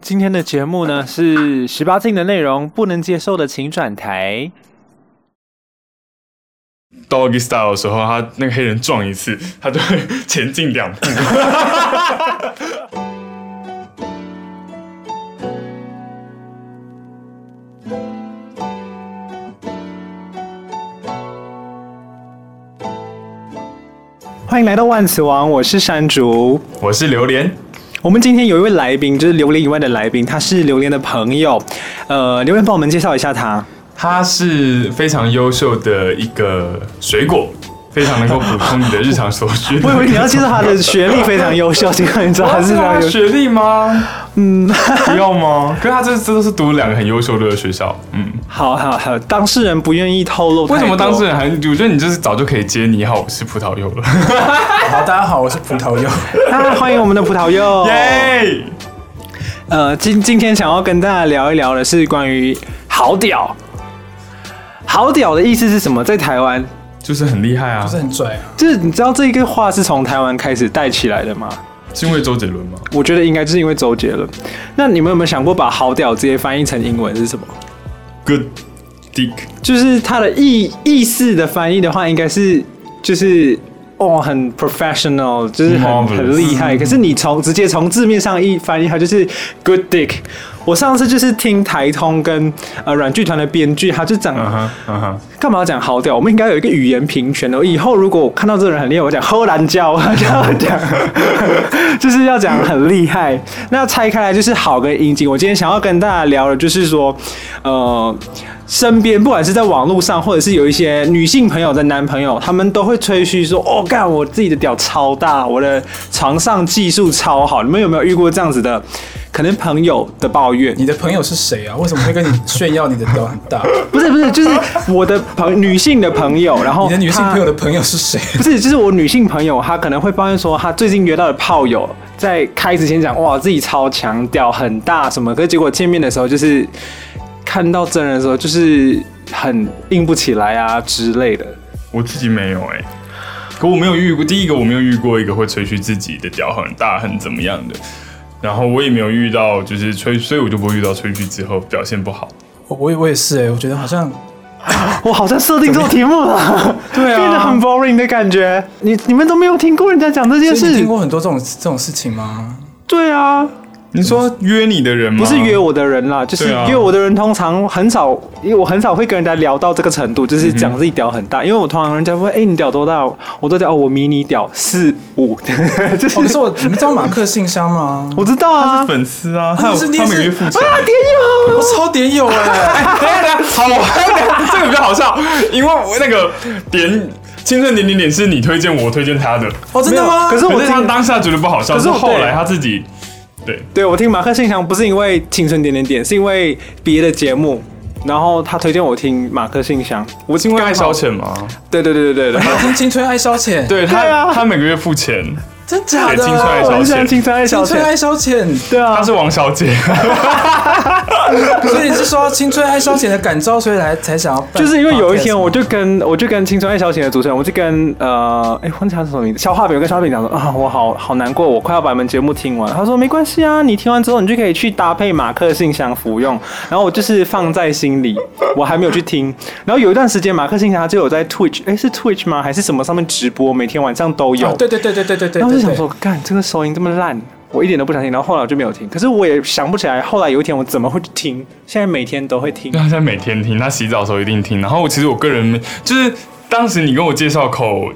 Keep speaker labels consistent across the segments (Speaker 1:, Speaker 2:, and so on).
Speaker 1: 今天的节目呢是十八禁的内容，不能接受的请转台。
Speaker 2: Doggy Style 的时候，他那个黑人撞一次，他就会前进两步。
Speaker 1: 欢迎来到万磁王，我是山竹。
Speaker 2: 我是榴莲，
Speaker 1: 我们今天有一位来宾，就是榴莲以外的来宾，他是榴莲的朋友。呃，榴莲帮我们介绍一下他。。
Speaker 2: 它是非常优秀的一个水果，非常能够补充你的日常所 需
Speaker 1: 我以为你要介绍他的学历非常优秀，结果你知道他
Speaker 2: 他
Speaker 1: 是
Speaker 2: 是
Speaker 1: 非常
Speaker 2: 他
Speaker 1: 优秀。
Speaker 2: 学历吗？嗯， 不要吗？可是他这这都是读两个很优秀的学校，嗯。
Speaker 1: 好好好，当事人不愿意透露太多。
Speaker 2: 为什么当事人还？我觉得你就是早就可以接你好，我是葡萄柚 了，
Speaker 3: 好，大家好，我是葡萄柚。
Speaker 1: 啊，欢迎我们的葡萄柚。
Speaker 2: 耶！
Speaker 1: 呃，今今天想要跟大家聊一聊的是关于“好屌”。好屌的意思是什么？在台湾，
Speaker 2: 就是很厉害啊
Speaker 3: 不是，很拽啊，
Speaker 1: 就是你知道这一个话是从台湾开始带起来的吗？
Speaker 2: 是因为周杰伦吗？
Speaker 1: 我觉得应该就是因为周杰伦。那你们有没有想过把“好屌”直接翻译成英文是什么？
Speaker 2: Good Dick，
Speaker 1: 就是它的意意思的翻译的话，应该是就是哦，很 professional，就是很
Speaker 2: Marvelous 嗯
Speaker 1: 很厉害。可是你从直接从字面上一翻译，它就是 good dick。我上次就是听台通跟呃软剧团的编剧，他就讲
Speaker 2: 嗯哼嗯哼，
Speaker 1: 干嘛要讲好屌？我们应该有一个语言平权的。以后如果我看到这个人很厉害，我讲荷兰教， 我要讲，就是要讲很厉害。那拆开来就是好跟阴茎。我今天想要跟大家聊的就是说，呃，身边不管是在网络上，或者是有一些女性朋友的男朋友，他们都会吹嘘说：“哦，干我自己的屌超大，我的床上技术超好。”你们有没有遇过这样子的？可能朋友的抱怨，
Speaker 3: 你的朋友是谁啊？为什么会跟你炫耀你的屌很大？
Speaker 1: 不是不是，就是我的朋女性的朋友，然后
Speaker 3: 你的女性
Speaker 1: 她
Speaker 3: 朋友的朋友是谁？
Speaker 1: 不是，就是我女性朋友，她可能会抱怨说，她最近约到的炮友在开始前讲哇自己超强屌很大什么，可是结果见面的时候就是看到真人的时候就是很硬不起来啊之类的。
Speaker 2: 我自己没有哎、可我没有遇过。第一个我没有遇过一个会吹嘘自己的屌很大很怎么样的，然后我也没有遇到就是吹，所以我就不会遇到吹嘘之后表现不好。
Speaker 3: 我我也我也是哎、我觉得好像
Speaker 1: 我好像设定这种题目了，对啊，变得很 boring 的感觉。你你们都没有听过人家讲这件
Speaker 3: 所以你
Speaker 1: 事
Speaker 3: 听？过很多这种这种事情吗？
Speaker 1: 对啊，
Speaker 2: 你说约你的人吗？
Speaker 1: 不是约我的人啦，就是
Speaker 2: 对啊
Speaker 1: 约我的人通常很少，因为我很少会跟人家聊到这个程度，就是讲自己屌很大，因为我通常人家问，哎、你屌多大？我都讲哦，我迷你屌四五， 就
Speaker 3: 哦，可
Speaker 1: 是
Speaker 3: 是我你们知道马克信箱吗？
Speaker 1: 我知道啊。
Speaker 2: 粉丝啊，他有
Speaker 3: 是你
Speaker 2: 他每
Speaker 3: 是
Speaker 2: 个月付钱。
Speaker 3: 我哦超点友哎、
Speaker 2: 哎等一下等一下， 好，我还有两 个这个比较好笑，因为我那个点青春点点点是你推荐我推荐他的，
Speaker 3: 哦，真的
Speaker 1: 没
Speaker 3: 吗？
Speaker 1: 有可是我
Speaker 2: 可是他
Speaker 1: 听
Speaker 2: 当下觉得不好笑，
Speaker 1: 可是
Speaker 2: 是
Speaker 1: 我
Speaker 2: 后
Speaker 1: 对啊
Speaker 2: 来他自己对。
Speaker 1: 对我听马克信箱不是因为青春点点点，是因为别的节目，然后他推荐我听马克信 箱，我是因为
Speaker 2: 爱消，遣吗？
Speaker 1: 对对对对对对，
Speaker 3: 我听青春爱消遣，，
Speaker 2: 对他，
Speaker 1: 对啊
Speaker 2: 他每个月付钱，
Speaker 3: 真假
Speaker 2: 对
Speaker 3: 的？
Speaker 2: 青春
Speaker 1: 我
Speaker 2: 爱消遣
Speaker 1: 很喜欢青春爱消
Speaker 3: 青春
Speaker 1: 遣，
Speaker 3: 爱消遣，
Speaker 1: 对啊
Speaker 2: 她，是王小姐。
Speaker 3: 所以你是受到青春爱消遣的感召，所以来才想要办
Speaker 1: 就是因为有一天，我
Speaker 3: podcast 吗
Speaker 1: 就跟我就跟青春爱哎消遣的主持人，我就跟呃，哎，忘记他是什么名字，肖化饼，我跟肖化饼讲说啊，我好好难过，我快要把你们节目听完。他说没关系啊，你听完之后，你就可以去搭配马克信箱服用。然后我就是放在心里，我还没有去听。然后有一段时间，马克信箱他就有在 Twitch，哎，是 Twitch 吗？还是什么上面直播，每天晚上都有。
Speaker 3: 哦对对对对对对对，
Speaker 1: 然后我就
Speaker 3: 对
Speaker 1: 想
Speaker 3: 对
Speaker 1: 说，干这个收音这么烂，我一点都不想听。然后后来我就没有听，可是我也想不起来，后来有一天我怎么会听？现在每天都会听
Speaker 2: 因为。他现在每天听，他洗澡的时候一定听。然后我其实我个人没就是当时你跟我介绍口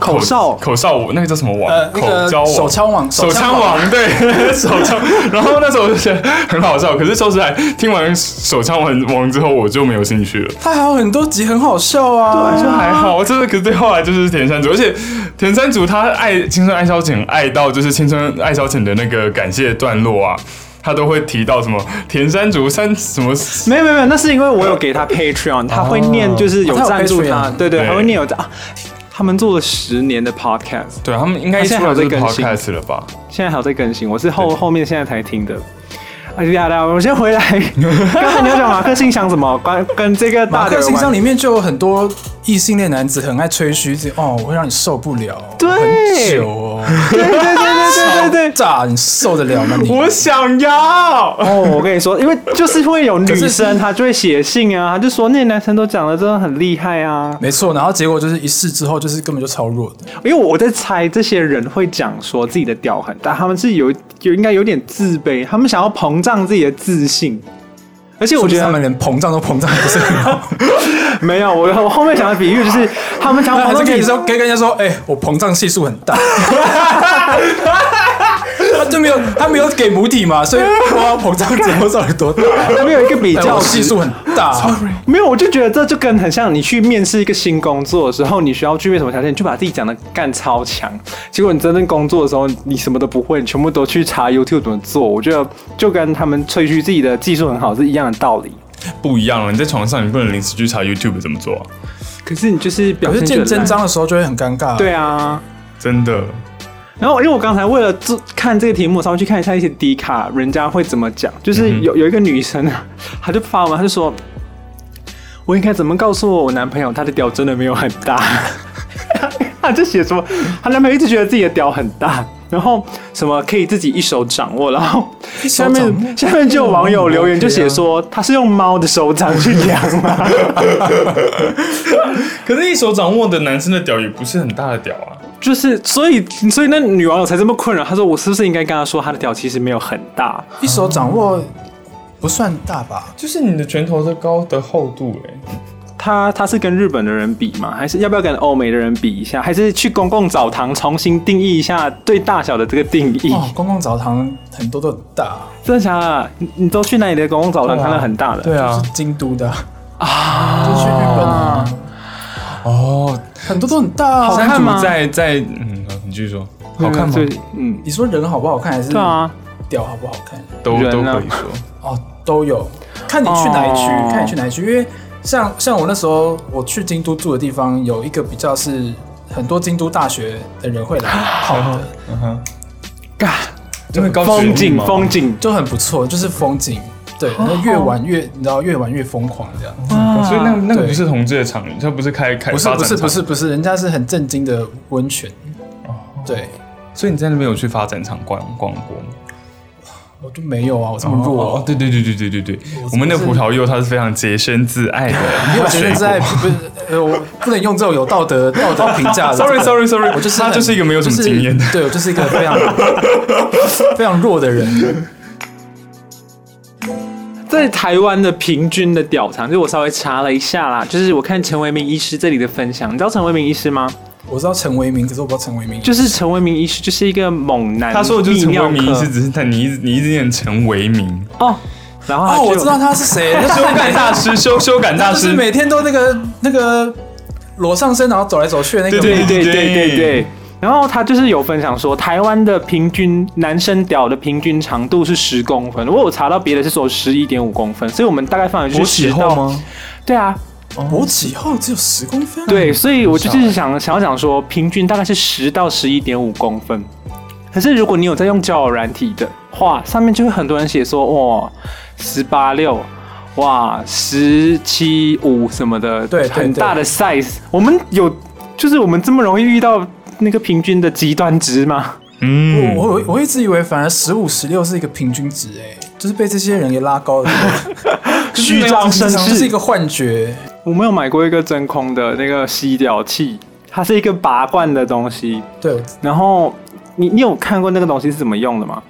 Speaker 1: 口哨
Speaker 2: 口哨我那个叫什么网、
Speaker 3: 呃那
Speaker 2: 口
Speaker 3: 个
Speaker 2: 交网
Speaker 3: 手枪网
Speaker 2: 手枪网对 手枪。然后那时候我就觉得很好笑，可是说实在，听完手枪网网之后我就没有兴趣了。
Speaker 3: 他还有很多集很好笑啊，
Speaker 2: 就还好，就是可是对后来就是田山竹，而且田山竹他爱青春爱消遣，爱到就是青春爱消遣的那个感谢段落啊，他都会提到什么田山竹三什么
Speaker 1: 没有没有没有，那是因为我有给 他 Patreon，他会念就是有赞助
Speaker 3: 哦他
Speaker 1: 他，
Speaker 3: 有 Patreon
Speaker 1: 对对，
Speaker 2: 对
Speaker 1: 他会念有赞。啊他们做了十年的 podcast，
Speaker 2: 对他们应该一出来就是 podcast 了吧？
Speaker 1: 现在还有在更新，我是后
Speaker 2: 对
Speaker 1: 后面现在才听的。哎呀呀，我先回 来。刚才你要讲马克信箱什么？关跟这个大
Speaker 3: 马
Speaker 1: 的
Speaker 3: 克
Speaker 1: 有
Speaker 3: 信
Speaker 1: 关
Speaker 3: 箱里面就有很多异性恋男子很爱吹嘘自己，哦，我会让你受不了，
Speaker 1: 对
Speaker 3: 很久哦，
Speaker 1: 对对 对对对对对，
Speaker 3: 炸，你受得了吗 你？
Speaker 2: 我想要。
Speaker 1: 哦，我跟你说，因为就是会有女
Speaker 3: 可是
Speaker 1: 生，她就会写信啊，她就说那男生都讲的真的很厉害啊。
Speaker 3: 没错，然后结果就是一试之后，就是根本就超弱的。
Speaker 1: 因为我在猜这些人会讲说自己的屌很大，他们是有有应该有点自卑，他们想要膨胀自己的自信。而且我觉
Speaker 3: 说不定
Speaker 1: 得
Speaker 3: 他们连膨胀都膨胀得 不是很好，
Speaker 1: 没有，我我后面想的比喻就是他们想要
Speaker 3: 还
Speaker 1: 膨
Speaker 3: 是
Speaker 1: 胀
Speaker 3: 可
Speaker 1: 自
Speaker 3: 以
Speaker 1: 己，
Speaker 3: 说，可以跟人家说，哎、我膨胀系数很 大。他就没有，他没有给母体嘛，所以哇，膨胀指数到底 多大？
Speaker 1: 没有一个比
Speaker 3: 但
Speaker 1: 较
Speaker 3: 哎我系
Speaker 1: 值
Speaker 3: 数很大。
Speaker 1: 没有，我就觉得这就跟很像你去面试一个新工作的时候，你需要具备什么条件，你就把自己讲的干超强。结果你真正工作的时候，你什么都不会，你全部都去查 YouTube 怎么做。我觉得就跟他们吹嘘自己的技术很好是一样的道理。
Speaker 2: 不一样了，你在床上你不能临时去查 YouTube 怎么做啊、
Speaker 1: 可是你就是表
Speaker 3: 可是
Speaker 1: 现
Speaker 3: 见真
Speaker 1: 出来，
Speaker 3: 章的时候就会很尴尬。
Speaker 1: 对啊。
Speaker 2: 真的。
Speaker 1: 然后，因为我刚才为了做看这个题目，稍微去看一下一些低卡人家会怎么讲，
Speaker 3: 嗯
Speaker 1: 就是有、有一个女生啊， 她就发文，她就说：“我应该怎么告诉我我男朋友他的屌真的没有很大？” 她就写什么，她男朋友一直觉得自己的屌很大，然后什么可以自己一手掌握，然后
Speaker 3: 手
Speaker 1: 下
Speaker 3: 掌握
Speaker 1: 面下面就有网友留言就写说他是用猫的手掌去量吗？
Speaker 2: 可是，一手掌握的男生的屌也不是很大的屌啊。
Speaker 1: 就是所以所以那女网友才这么困扰，她说我是不是应该跟她说她的屌其实没有很大？
Speaker 3: 一手掌握不算大吧？
Speaker 2: 就是你的拳头的高的厚度、欸，
Speaker 1: 他他是跟日本的人比吗？还是要不要跟欧美的人比一下？还是去公共澡堂重新定义一下对大小的这个定义？
Speaker 3: 哦，公共澡堂很多都很大，
Speaker 1: 真的假的？你你都去哪里的公共澡堂
Speaker 2: 对啊
Speaker 1: 看到很大的？
Speaker 2: 对啊
Speaker 3: 就是京都的啊，就去日本啊，
Speaker 2: 哦，
Speaker 3: 很多都很大
Speaker 1: 好
Speaker 3: 啊。
Speaker 1: 看吗
Speaker 2: 山竹在在，嗯，好你继续说，好看吗？
Speaker 1: 对？嗯，
Speaker 3: 你说人好不好看，还是
Speaker 1: 对啊，
Speaker 3: 屌好不好看？
Speaker 2: 都都
Speaker 1: 人啊
Speaker 2: 可以说。
Speaker 3: 哦，都有，看你去哪一区，
Speaker 1: 哦
Speaker 3: 看你去哪一区，因为像像我那时候我去京都住的地方，有一个比较是很多京都大学的人会来泡的，
Speaker 2: 嗯哼，
Speaker 1: 嘎，
Speaker 2: 真的高
Speaker 1: 啊风景
Speaker 2: 吗
Speaker 1: 风景
Speaker 3: 就很不错，就是风景。对，然后越玩越，你知道，越玩越疯狂这样。
Speaker 1: 啊
Speaker 2: 所以那那个不
Speaker 3: 对
Speaker 2: 是同志的场，他不是开开
Speaker 3: 不是
Speaker 2: 发展
Speaker 3: 不是
Speaker 2: 场
Speaker 3: 不是不是，人家是很正经的温泉。对，
Speaker 2: 所以你在那边有去发展场逛逛过吗？
Speaker 3: 我就没有啊，我这么弱、
Speaker 2: 哦，对对对对对对对，我们的葡萄柚它是非常洁身自爱 的，
Speaker 3: 因为我觉得在不是呃，我不能用这种有道德道德评 价的。
Speaker 2: Sorry Sorry Sorry，
Speaker 3: 我就是
Speaker 2: 他
Speaker 3: 很
Speaker 2: 就是一个没有什么经 验的。
Speaker 3: 就是对我就是一个非常非常弱的人。
Speaker 1: 在台湾的平均的屌长，就我稍微查了一下啦，就是我看陈维明医师这里的分享，你知道陈维明医师吗？
Speaker 3: 我知道陈为民，可是我不知道陈为民
Speaker 1: 就是陈维明医师就是一个猛男泌尿科，
Speaker 2: 他说的就是陈为民，是只是他你一直你一直念陈为民，
Speaker 1: 哦，然后他
Speaker 3: 哦，我
Speaker 1: 就
Speaker 3: 知道他是 谁，他
Speaker 2: 修改大师，修修改大
Speaker 3: 就
Speaker 2: 师
Speaker 3: 是，每天都那个那个裸上身，然后走来走去的那个。
Speaker 2: 对对
Speaker 1: 对对对对对。然后他就是有分享说，台湾的平均男生屌的平均长度是十公分，我有查到别的是说十一点五公分，所以我们大概范围就是十到？
Speaker 2: 吗？
Speaker 1: 对啊，
Speaker 3: 勃起后只有十公分、啊。
Speaker 1: 对，所以我就是
Speaker 3: 欸
Speaker 1: 想想要讲说，平均大概是十到十一点五公分。可是如果你有在用交友软体的话，上面就会很多人写说，哇，十八六，哇，十七五什么的，
Speaker 3: 对对
Speaker 1: 很大的 size。我们有，就是我们这么容易遇到那个平均的极端值吗？
Speaker 2: 嗯，
Speaker 3: 我我我一直以为反而十五十六是一个平均值、哎，就是被这些人给 拉高了，
Speaker 1: 虚张声
Speaker 3: 这是一
Speaker 1: 势。
Speaker 3: 个幻觉。
Speaker 1: 我们有买过一个真空的那个吸屌器，它是一个拔罐的东西，
Speaker 3: 对，
Speaker 1: 然后你你有看过那个东西是怎么用的吗？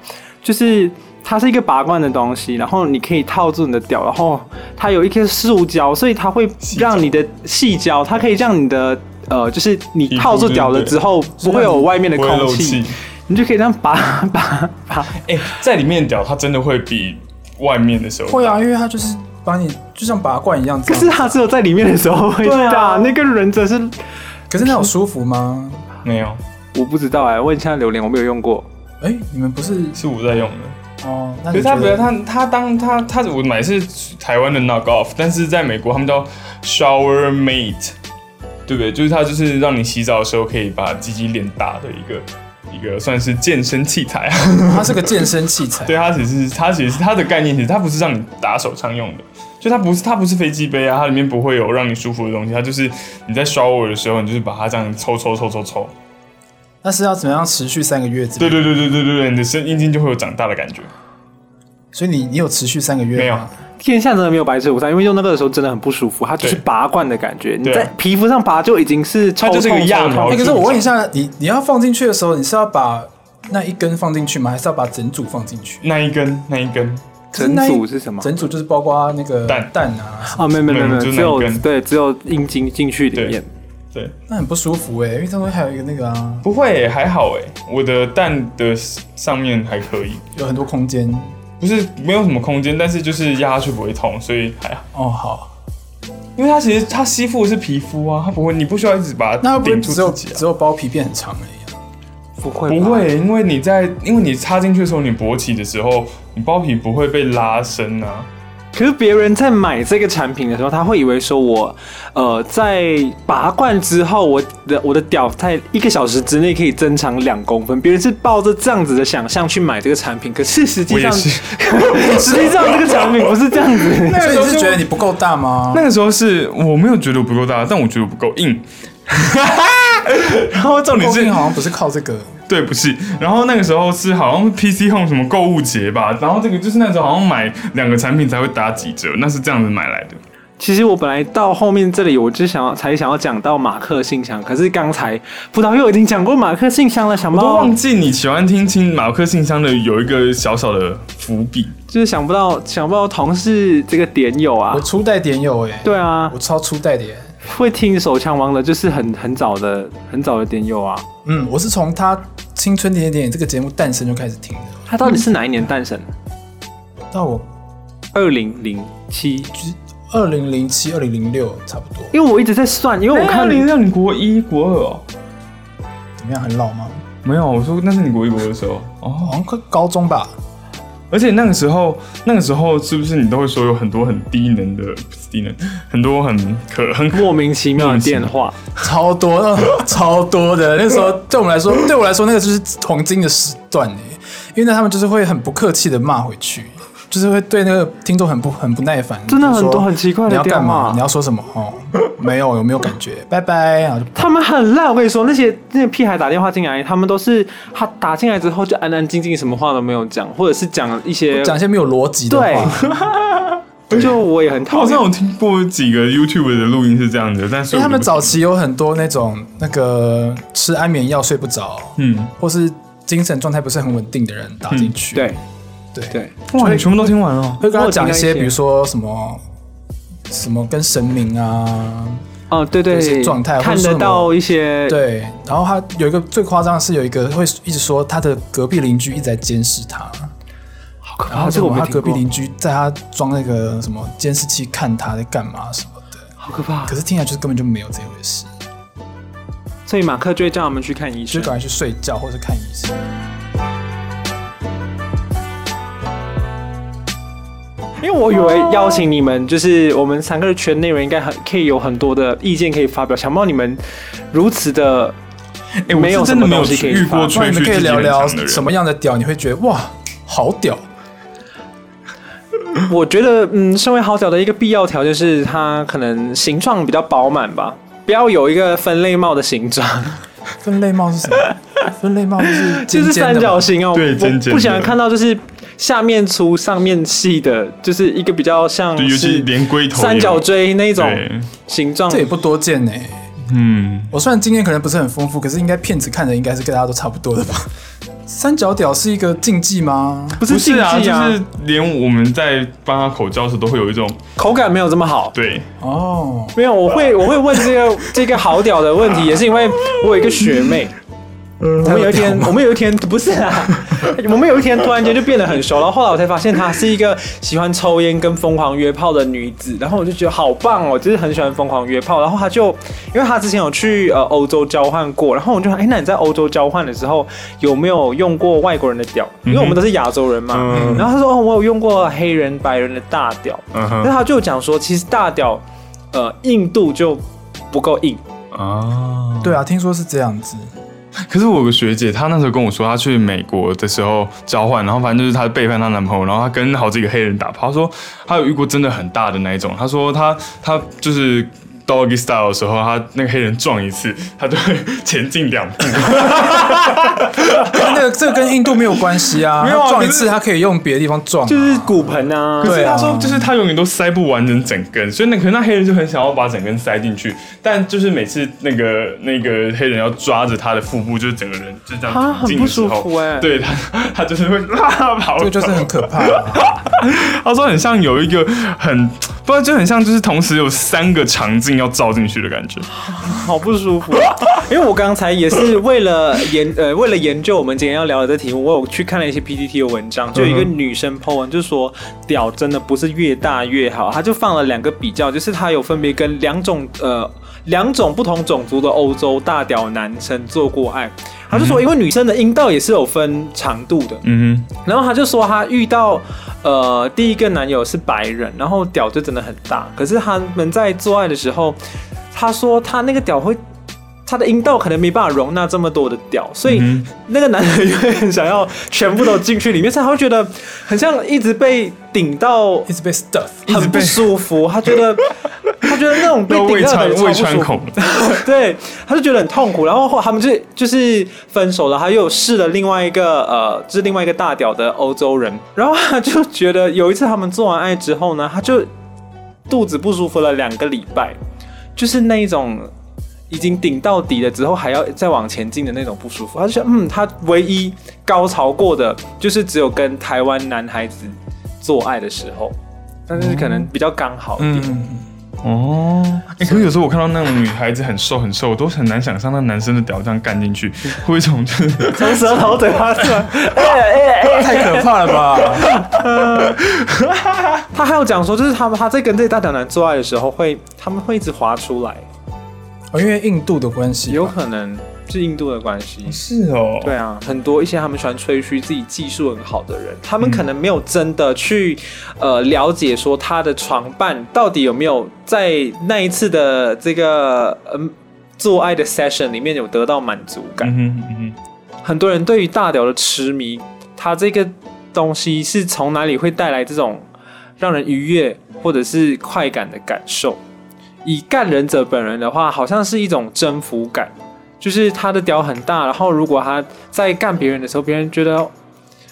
Speaker 1: 就是它是一个拔罐的东西，然后你可以套住你的屌，然后它有一颗塑胶，所以它会让你的细胶，它可以让你的呃，就是你套住屌了之后不会有外面的
Speaker 2: 不会
Speaker 1: 空
Speaker 2: 漏
Speaker 1: 气
Speaker 2: 气，。
Speaker 1: 你就可以这样拔拔拔。
Speaker 2: 哎，在里面屌，它真的会比外面的时候
Speaker 3: 会啊，因为他就是把你就像拔罐一样
Speaker 1: 可
Speaker 3: 这样。
Speaker 1: 是它只有在里面的时候会
Speaker 3: 对啊
Speaker 1: 大，那个人真是
Speaker 3: 可是那有舒服吗？
Speaker 2: 没有，
Speaker 1: 我不知道哎、问一下榴莲，我没有用过。
Speaker 3: 哎、你们不是
Speaker 2: 是我在用的。
Speaker 3: 哦？那
Speaker 2: 可
Speaker 3: 你
Speaker 2: 是他
Speaker 3: 觉
Speaker 2: 不要
Speaker 3: 得
Speaker 2: 他他当他他我买的是台湾的 knock off，但是在美国他们叫 shower mate，对不对？就是它就是让你洗澡的时候可以把鸡鸡练大的一个一个算是健身器材啊。
Speaker 3: 他是个健身器材？
Speaker 2: 对，它只是它其实它的概念其实它不是让你打手枪用的，就它不是它不是飞机杯啊，它里面不会有让你舒服的东西，它就是你在 shower 的时候，你就是把它这样抽抽抽抽抽，
Speaker 3: 那是要怎么样持续三个月之类
Speaker 2: 对
Speaker 3: 的？
Speaker 2: 对对对对对对，你的声阴茎就会有长大的感觉。
Speaker 3: 所以你你有持续三个月
Speaker 2: 没有
Speaker 3: 吗？
Speaker 1: 天下真的没有白吃午餐，因为用那个的时候真的很不舒服，它就是
Speaker 2: 对
Speaker 1: 拔罐的感觉，你
Speaker 2: 对
Speaker 1: 在皮肤上拔就已经是抽
Speaker 2: 它就是一个
Speaker 1: 痛
Speaker 2: 揠
Speaker 1: 抽痛
Speaker 2: 苗
Speaker 3: 哎、可
Speaker 2: 助
Speaker 3: 是
Speaker 2: 长
Speaker 3: 我问一下，你你要放进去的时候，你是要把那一根放进去吗？还是要把整组放进去？
Speaker 2: 那一根那一根，
Speaker 1: 整组是什么？
Speaker 3: 整组就是包括那个
Speaker 2: 蛋
Speaker 3: 蛋啊，什么
Speaker 1: 哦，没有没有没有，
Speaker 2: 没有
Speaker 1: 只有
Speaker 2: 就那一根
Speaker 1: 对只有阴茎进去里面
Speaker 2: 对。对，
Speaker 3: 那很不舒服哎、因为上面还有一个那个啊，
Speaker 2: 不会、还好哎、我的蛋的上面还可以，
Speaker 3: 有很多空间。
Speaker 2: 不是没有什么空间，但是就是压下去不会痛，所以还好。
Speaker 3: 哦，好，
Speaker 2: 因为它其实它吸附的是皮肤啊，它不会，你不需要一直把
Speaker 3: 那
Speaker 2: 它
Speaker 3: 会不会
Speaker 2: 顶住
Speaker 3: 只有
Speaker 2: 自己啊。
Speaker 3: 只有包皮变很长而已啊、
Speaker 1: 不会吧
Speaker 2: 不，会，因为你在，因为你插进去的时候，你勃起的时候，你包皮不会被拉伸啊。
Speaker 1: 可是别人在买这个产品的时候，他会以为说我，呃，在拔罐之后，我的我的屌在一个小时之内可以增长两公分。别人是抱着这样子的想象去买这个产品，可是实际上，
Speaker 2: 我也是
Speaker 1: 实际上这个产品不是这样子。
Speaker 2: 那个时
Speaker 3: 所以
Speaker 2: 候
Speaker 3: 你是
Speaker 2: 就
Speaker 3: 觉得你不够大吗？
Speaker 2: 那个时候是我没有觉得我不够大，但我觉得我不够硬。 然后重点
Speaker 3: 诟
Speaker 2: 是
Speaker 3: 病好像不是靠这个，
Speaker 2: 对，不是。然后那个时候是好像 PC Home 什么购物节吧，然后这个就是那时候好像买两个产品才会打几折，那是这样子买来的。
Speaker 1: 其实我本来到后面这里，我就想要才想要讲到马克信箱，可是刚才葡萄柚已经讲过马克信箱了，想不
Speaker 2: 我都
Speaker 1: 到
Speaker 2: 忘记你喜欢听清马克信箱的有一个小小的伏笔，
Speaker 1: 就是想不到想不到同事这个点友啊
Speaker 3: 我，初代点有哎、
Speaker 1: 对啊
Speaker 3: 我，超初代的耶。
Speaker 1: 会听手枪王的，就是很很早的很早的点友啊。
Speaker 3: 嗯，我是从他《青春点点点》这个节目诞生就开始听的，
Speaker 1: 他到底是哪一年诞生？
Speaker 3: 到我
Speaker 1: 二零零七。
Speaker 3: 二零零七、二零零六差不多。
Speaker 1: 因为我一直在算，因为我
Speaker 2: 我
Speaker 1: 看
Speaker 2: 看你让你国一国二哦，
Speaker 3: 怎么样，很老吗？
Speaker 2: 没有，我说那是你国一国二的时候哦。
Speaker 3: 好像快高中吧。
Speaker 2: 而且那个时候，那个时候是不是你都会说有很多很低能的，不是低能，很多很可很可
Speaker 1: 莫名其妙的电话，
Speaker 3: 超多，那超多的。那时候对我们来说，对我来说，那个就是黄金的时段耶因为那他们就是会很不客气的骂回去，就是会对那个听众很不很不耐烦，
Speaker 1: 真的很多
Speaker 3: 就说
Speaker 1: 很奇怪的
Speaker 3: 你要干
Speaker 1: 电
Speaker 3: 嘛
Speaker 1: 话？
Speaker 3: 你要说什么？哦，没有，有没有感觉？拜拜，然后就
Speaker 1: 他们很烂。我跟你说，那些那些屁孩打电话进来，他们都是他打进来之后就安安静静，什么话都没有讲，或者是讲一些
Speaker 3: 讲一些没有逻辑的
Speaker 1: 对
Speaker 3: 话。。
Speaker 1: 就我也很
Speaker 2: 我
Speaker 1: 讨
Speaker 2: 好
Speaker 1: 厌
Speaker 2: 像，有听过几个 YouTube 的录音是这样的，但是
Speaker 3: 因为他们
Speaker 2: 我就不
Speaker 3: 早期有很多那种那个吃安眠药睡不着，
Speaker 2: 嗯，
Speaker 3: 或是精神状态不是很稳定的人打进去，
Speaker 1: 对
Speaker 3: 对
Speaker 1: 嗯对，
Speaker 2: 哇，你全部都听完了，
Speaker 3: 会跟他讲一
Speaker 1: 我有听到一些
Speaker 3: 些，比如说什么什么跟神明啊，
Speaker 1: 哦对
Speaker 3: 有一些
Speaker 1: 对，
Speaker 3: 状态或
Speaker 1: 看
Speaker 3: 者说
Speaker 1: 得
Speaker 3: 什么
Speaker 1: 到一些，
Speaker 3: 对。然后他有一个最夸张的是，有一个会一直说他的隔壁邻居一直在监视他，
Speaker 1: 好可
Speaker 3: 然
Speaker 1: 怕，
Speaker 3: 后
Speaker 1: 啊这
Speaker 3: 什
Speaker 1: 个
Speaker 3: 么
Speaker 1: 我没
Speaker 3: 他
Speaker 1: 听过
Speaker 3: 隔壁邻居在他装那个什么监视器看他在干嘛什么的。
Speaker 1: 好可怕
Speaker 3: 可。是听起来就是根本就没有这回事，
Speaker 1: 所以马克就会叫他们去看医
Speaker 3: 就
Speaker 1: 生。
Speaker 3: 赶快去睡觉或者看医生。
Speaker 1: 因为我以为邀请你们，就是我们三个圈内人应该很可以有很多的意见可以发表，想不到你们如此的
Speaker 2: 哎，我
Speaker 1: 没有
Speaker 2: 是
Speaker 1: 什
Speaker 2: 真的
Speaker 1: 么
Speaker 2: 没有
Speaker 1: 东西可以
Speaker 2: 遇过
Speaker 1: 发
Speaker 3: 那
Speaker 2: 吹
Speaker 3: 你
Speaker 2: 嘘
Speaker 3: 们可以
Speaker 2: 自己
Speaker 3: 聊
Speaker 2: 很
Speaker 3: 聊
Speaker 2: 强的人
Speaker 3: 什么样的屌，你会觉得哇，好屌！
Speaker 1: 我觉得，嗯，身为好屌的一个必要条件是，它可能形状比较饱满吧，不要有一个分类帽的形状，
Speaker 3: 分类帽是 什么？分类帽就是
Speaker 1: 就
Speaker 3: 尖
Speaker 1: 是
Speaker 3: 尖
Speaker 1: 三
Speaker 3: 的嘛
Speaker 1: 角形哦。
Speaker 2: 对
Speaker 1: 我
Speaker 2: 尖尖的
Speaker 1: 不喜欢看到就是下面粗上面细的，就是一个比较像
Speaker 2: 就尤其
Speaker 1: 是
Speaker 2: 连龟头也有
Speaker 1: 三角锥那种
Speaker 2: 对，
Speaker 1: 形状
Speaker 3: 这。也不多见欸呢、
Speaker 2: 嗯，
Speaker 3: 我虽然经验可能不是很丰富，可是应该骗子看的应该是跟大家都差不多的吧？ 三角屌是一个禁忌吗？
Speaker 1: 不
Speaker 2: 不
Speaker 1: 是禁忌
Speaker 2: 是
Speaker 1: 啊，
Speaker 2: 啊，就是连我们在帮他口交的时候都会有一种
Speaker 1: 口感没有这么好。
Speaker 2: 对，
Speaker 3: 哦，
Speaker 1: 没有，我会我会问这个这个好屌的问题，也是因为我有一个学妹，嗯我们有一天我们有一天不是啊，我们有一天突然间就变得很熟，然后后来我才发现她是一个喜欢抽烟跟疯狂约炮的女子，然后我就觉得好棒哦，就是很喜欢疯狂约炮，然后她就因为她之前有去呃欧洲交换过，然后我就哎、那你在欧洲交换的时候有没有用过外国人的屌？因为我们都是亚洲人嘛，
Speaker 2: 嗯
Speaker 1: 然后她说哦我有用过黑人白人的大屌，
Speaker 2: 嗯
Speaker 1: 那
Speaker 2: 哼
Speaker 1: 他就讲说，其实大屌，呃，硬度就不够硬，
Speaker 2: 啊，
Speaker 3: 对啊，听说是这样子。
Speaker 2: 可是我有个学姐，她那时候跟我说，她去美国的时候交换，然后反正就是她背叛她男朋友，然后她跟好几个黑人打炮。她说她有遇过真的很大的那一种，她说她她就是 doggy style 的时候，她那个黑人撞一次，她就会前进两步。
Speaker 3: 但那个这个跟硬度没有关系啊，
Speaker 2: 没有啊
Speaker 3: 他撞一
Speaker 2: 可是
Speaker 3: 次他可以用别的地方撞啊、
Speaker 1: 就是骨盆啊，
Speaker 2: 可
Speaker 3: 对
Speaker 2: 是
Speaker 3: 啊
Speaker 2: 她说就是她永远都塞不完整整根，所以那可能那黑人就很想要把整根塞进去，但就是每次那个那个黑人要抓着她的腹部，就是整个人就这
Speaker 1: 啊
Speaker 2: 样
Speaker 1: 很
Speaker 2: 挺进的时候，
Speaker 1: 不舒服欸
Speaker 2: 对她她就是会啊跑
Speaker 3: 这个
Speaker 2: 走，
Speaker 3: 就是很可怕、啊。
Speaker 2: 他说很像有一个很，不然就很像就是同时有三个肠镜要照进去的感觉。
Speaker 1: 好不舒服。 因为我刚才也是为了研呃为了研究我们今天要聊的这题目，我有去看了一些 PPT 的文章，就有一个女生 po 文就说屌真的不是越大越好，她就放了两个比较，就是她有分别跟两种呃两种不同种族的欧洲大屌男生做过爱。她就说，因为女生的阴道也是有分长度的，
Speaker 2: 嗯
Speaker 1: 然后她就说她遇到呃第一个男友是白人，然后屌就真的很大，可是他们在做爱的时候，她说她那个屌会。她的阴道可能没办法容纳这么多的屌，所以
Speaker 2: 嗯
Speaker 1: 那个男人也会很想要全部都进去里面，所以他会觉得很像一直被顶到
Speaker 3: 一直被 stuff，
Speaker 1: 很不舒服，他觉得他觉得那种被
Speaker 2: 要
Speaker 1: 顶
Speaker 2: 胃
Speaker 1: 到的
Speaker 2: 穿
Speaker 1: 感觉
Speaker 2: 胃
Speaker 1: 超
Speaker 2: 穿
Speaker 1: 不舒
Speaker 2: 孔
Speaker 1: 服， 对，他就觉得很痛苦。然后后他们就就是分手了，他又试了另外一个呃，就是另外一个大屌的欧洲人，然后他就觉得有一次他们做完爱之后呢，他就肚子不舒服了两个礼拜，就是那一种。已经顶到底了之后，还要再往前进的那种不舒服，他就想，嗯，他唯一高潮过的就是只有跟台湾男孩子做爱的时候，但是可能比较刚好一点。
Speaker 3: 嗯，
Speaker 2: 哦，欸可是有时候我看到那种女孩子很瘦很瘦，我都很难想象那男生的屌这样干进去，会有一种就是
Speaker 1: 从舌头嘴巴出来，哎哎 哎！
Speaker 3: 太可怕了吧？
Speaker 1: 他还有讲说，就是他们他在跟这些大屌男做爱的时候会，他们会一直滑出来，
Speaker 3: 哦，因为硬度的关系吧，
Speaker 1: 有可能是印度的关系。
Speaker 2: 是哦，
Speaker 1: 对啊，很多一些他们喜欢吹嘘自己技术很好的人，他们可能没有真的去呃了解说他的床伴到底有没有在那一次的这个嗯做爱的 session 里面有得到满足感。
Speaker 2: 嗯哼嗯哼，
Speaker 1: 很多人对于大屌的痴迷，它这个东西是从哪里会带来这种让人愉悦或者是快感的感受？以干忍者本人的话，好像是一种征服感，就是他的屌很大，然后如果他在干别人的时候，别人觉得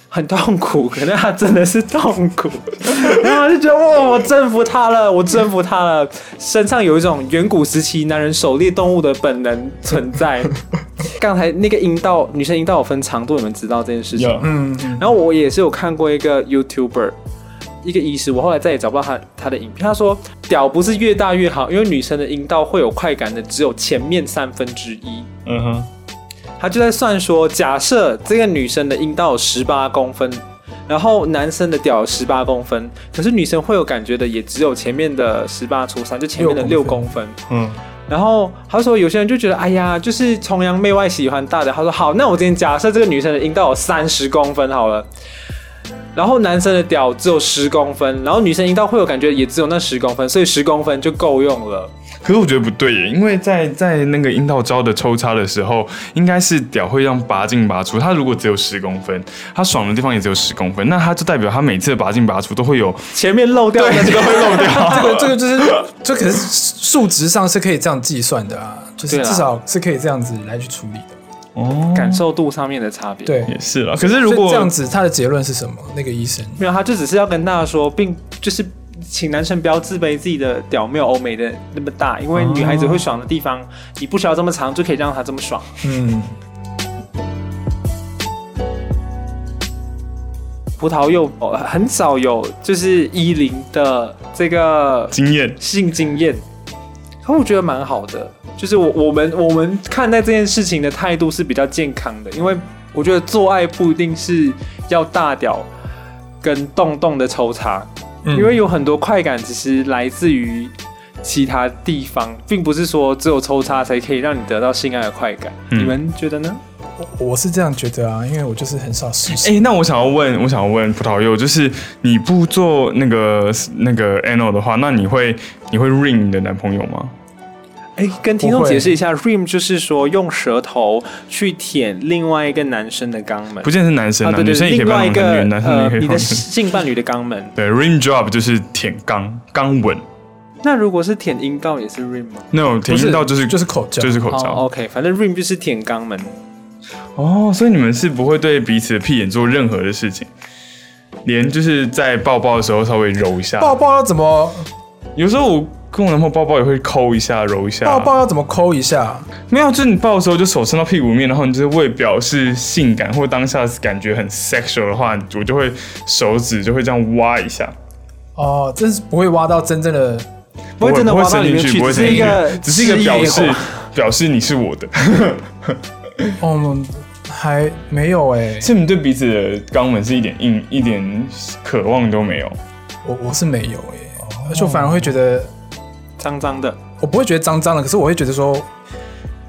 Speaker 1: 很痛苦，可能他真的是痛苦， 然后他就觉得哇，我征服他了，我征服他了，身上有一种远古时期男人狩猎动物的本能存在。刚才那个阴道，女生阴道有分长度，你们知道这件事情吗？
Speaker 2: 有
Speaker 3: 嗯，嗯
Speaker 1: 然后我也是有看过一个 YouTuber，一个医师，我后来再也找不到他他的影片。他说，屌不是越大越好，因为女生的阴道会有快感的只有前面三分之一。
Speaker 2: 嗯哼，
Speaker 1: 他就在算说，假设这个女生的阴道有十八公分，然后男生的屌有十八公分，可是女生会有感觉的也只有前面的十八除三，就前面的六
Speaker 3: 六
Speaker 1: 公
Speaker 3: 公
Speaker 1: 分。
Speaker 2: 嗯，
Speaker 1: 然后他说有些人就觉得，哎呀，就是崇洋媚外喜欢大的。他说好，那我今天假设这个女生的阴道有三十公分好了，然后男生的屌只有十公分，然后女生阴道会有感觉也只有那十公分，所以十公分就够用了。
Speaker 2: 可是我觉得不对耶，因为在在那个阴道胶的抽插的时候，应该是屌会让拔进拔出。它如果只有十公分，它爽的地方也只有十公分，那它就代表它每次的拔进拔出都会有
Speaker 1: 前面漏掉的这个会漏掉。
Speaker 3: 这个这个就是，这可是数值上是可以这样计算的啊，就是
Speaker 1: 对啊
Speaker 3: 至少是可以这样子来去处理的。
Speaker 2: 哦，
Speaker 1: 感受度上面的差别。，
Speaker 3: 对，
Speaker 2: 也是了。可是如
Speaker 3: 所以
Speaker 2: 果
Speaker 3: 这样子，他的结论是什么？那个医生
Speaker 1: 没有，他就只是要跟大家说，并就是请男生不要自卑自己的屌没有欧美的那么大，因为女孩子会爽的地方，你不需要这么长就可以让她这么爽。
Speaker 3: 嗯，
Speaker 1: 葡萄柚、呃很少有就是一零的这个
Speaker 2: 经验
Speaker 1: 性经验，可我觉得蛮好的。就是我我们我们看待这件事情的态度是比较健康的，因为我觉得做爱不一定是要大屌跟洞洞的抽查，
Speaker 3: 嗯
Speaker 1: 因为有很多快感其实来自于其他地方，并不是说只有抽插才可以让你得到性爱的快感。
Speaker 2: 嗯
Speaker 1: 你们觉得呢？
Speaker 3: 我我是这样觉得啊，因为我就是很少试
Speaker 2: 哎、
Speaker 3: 试。
Speaker 2: 那我想要问，我想要问葡萄柚，就是你不做那个那个 anal 的话，那你会你会 ring 你的男朋友吗？
Speaker 1: 哎，跟听众
Speaker 3: 不会
Speaker 1: 解释一下，rim 就是说用舌头去舔另外一个男生的肛门，
Speaker 2: 不见得是男生
Speaker 1: 啊，
Speaker 2: 啊，
Speaker 1: 对
Speaker 2: 女
Speaker 1: 对，
Speaker 2: 生也可以
Speaker 1: 另
Speaker 2: 帮
Speaker 1: 外一
Speaker 2: 忙
Speaker 1: 个
Speaker 2: 很远，男生也
Speaker 1: 呃
Speaker 2: 可以
Speaker 1: 你
Speaker 2: 帮
Speaker 1: 的
Speaker 2: 忙。
Speaker 1: 性伴侣的肛门。
Speaker 2: 对，rim job 就是舔肛肛吻，
Speaker 1: 那如果是舔阴道也是 rim 吗？
Speaker 2: 那种舔阴道就是
Speaker 3: 就是口交，
Speaker 2: 就是口罩。
Speaker 1: 哦、o k 反正 rim 就是舔肛门。
Speaker 2: 哦，所以你们是不会对彼此的屁眼做任何的事情，连就是在抱抱的时候稍微揉一下。
Speaker 3: 抱抱要怎么
Speaker 2: 有时候我跟我男朋友抱抱也会抠一下、揉一下。
Speaker 3: 抱抱要怎么抠一下？
Speaker 2: 没有，就是你抱的时候就手伸到屁股里面，然后你就是为表示性感或当下感觉很 sexual 的话，我就会手指就会这样挖一下。
Speaker 3: 哦，真是不会挖到真正的
Speaker 1: 不会真的
Speaker 2: 不
Speaker 1: 挖
Speaker 2: 会
Speaker 1: 到
Speaker 2: 伸
Speaker 1: 里
Speaker 2: 进
Speaker 1: 面
Speaker 2: 去，
Speaker 1: 去，
Speaker 2: 不会
Speaker 1: 只
Speaker 2: 伸
Speaker 1: 是一
Speaker 2: 进去
Speaker 1: 个，
Speaker 2: 只是一个
Speaker 1: 示意
Speaker 2: 表
Speaker 1: 而已
Speaker 2: 示，表示你是我的。
Speaker 3: 哦，还没有哎、
Speaker 2: 所以你对彼此的肛门是一点硬、一点渴望都没有。
Speaker 3: 我我是没有哎、而且我反而会觉得，
Speaker 1: 脏脏的。
Speaker 3: 我不会觉得脏脏的，可是我会觉得说，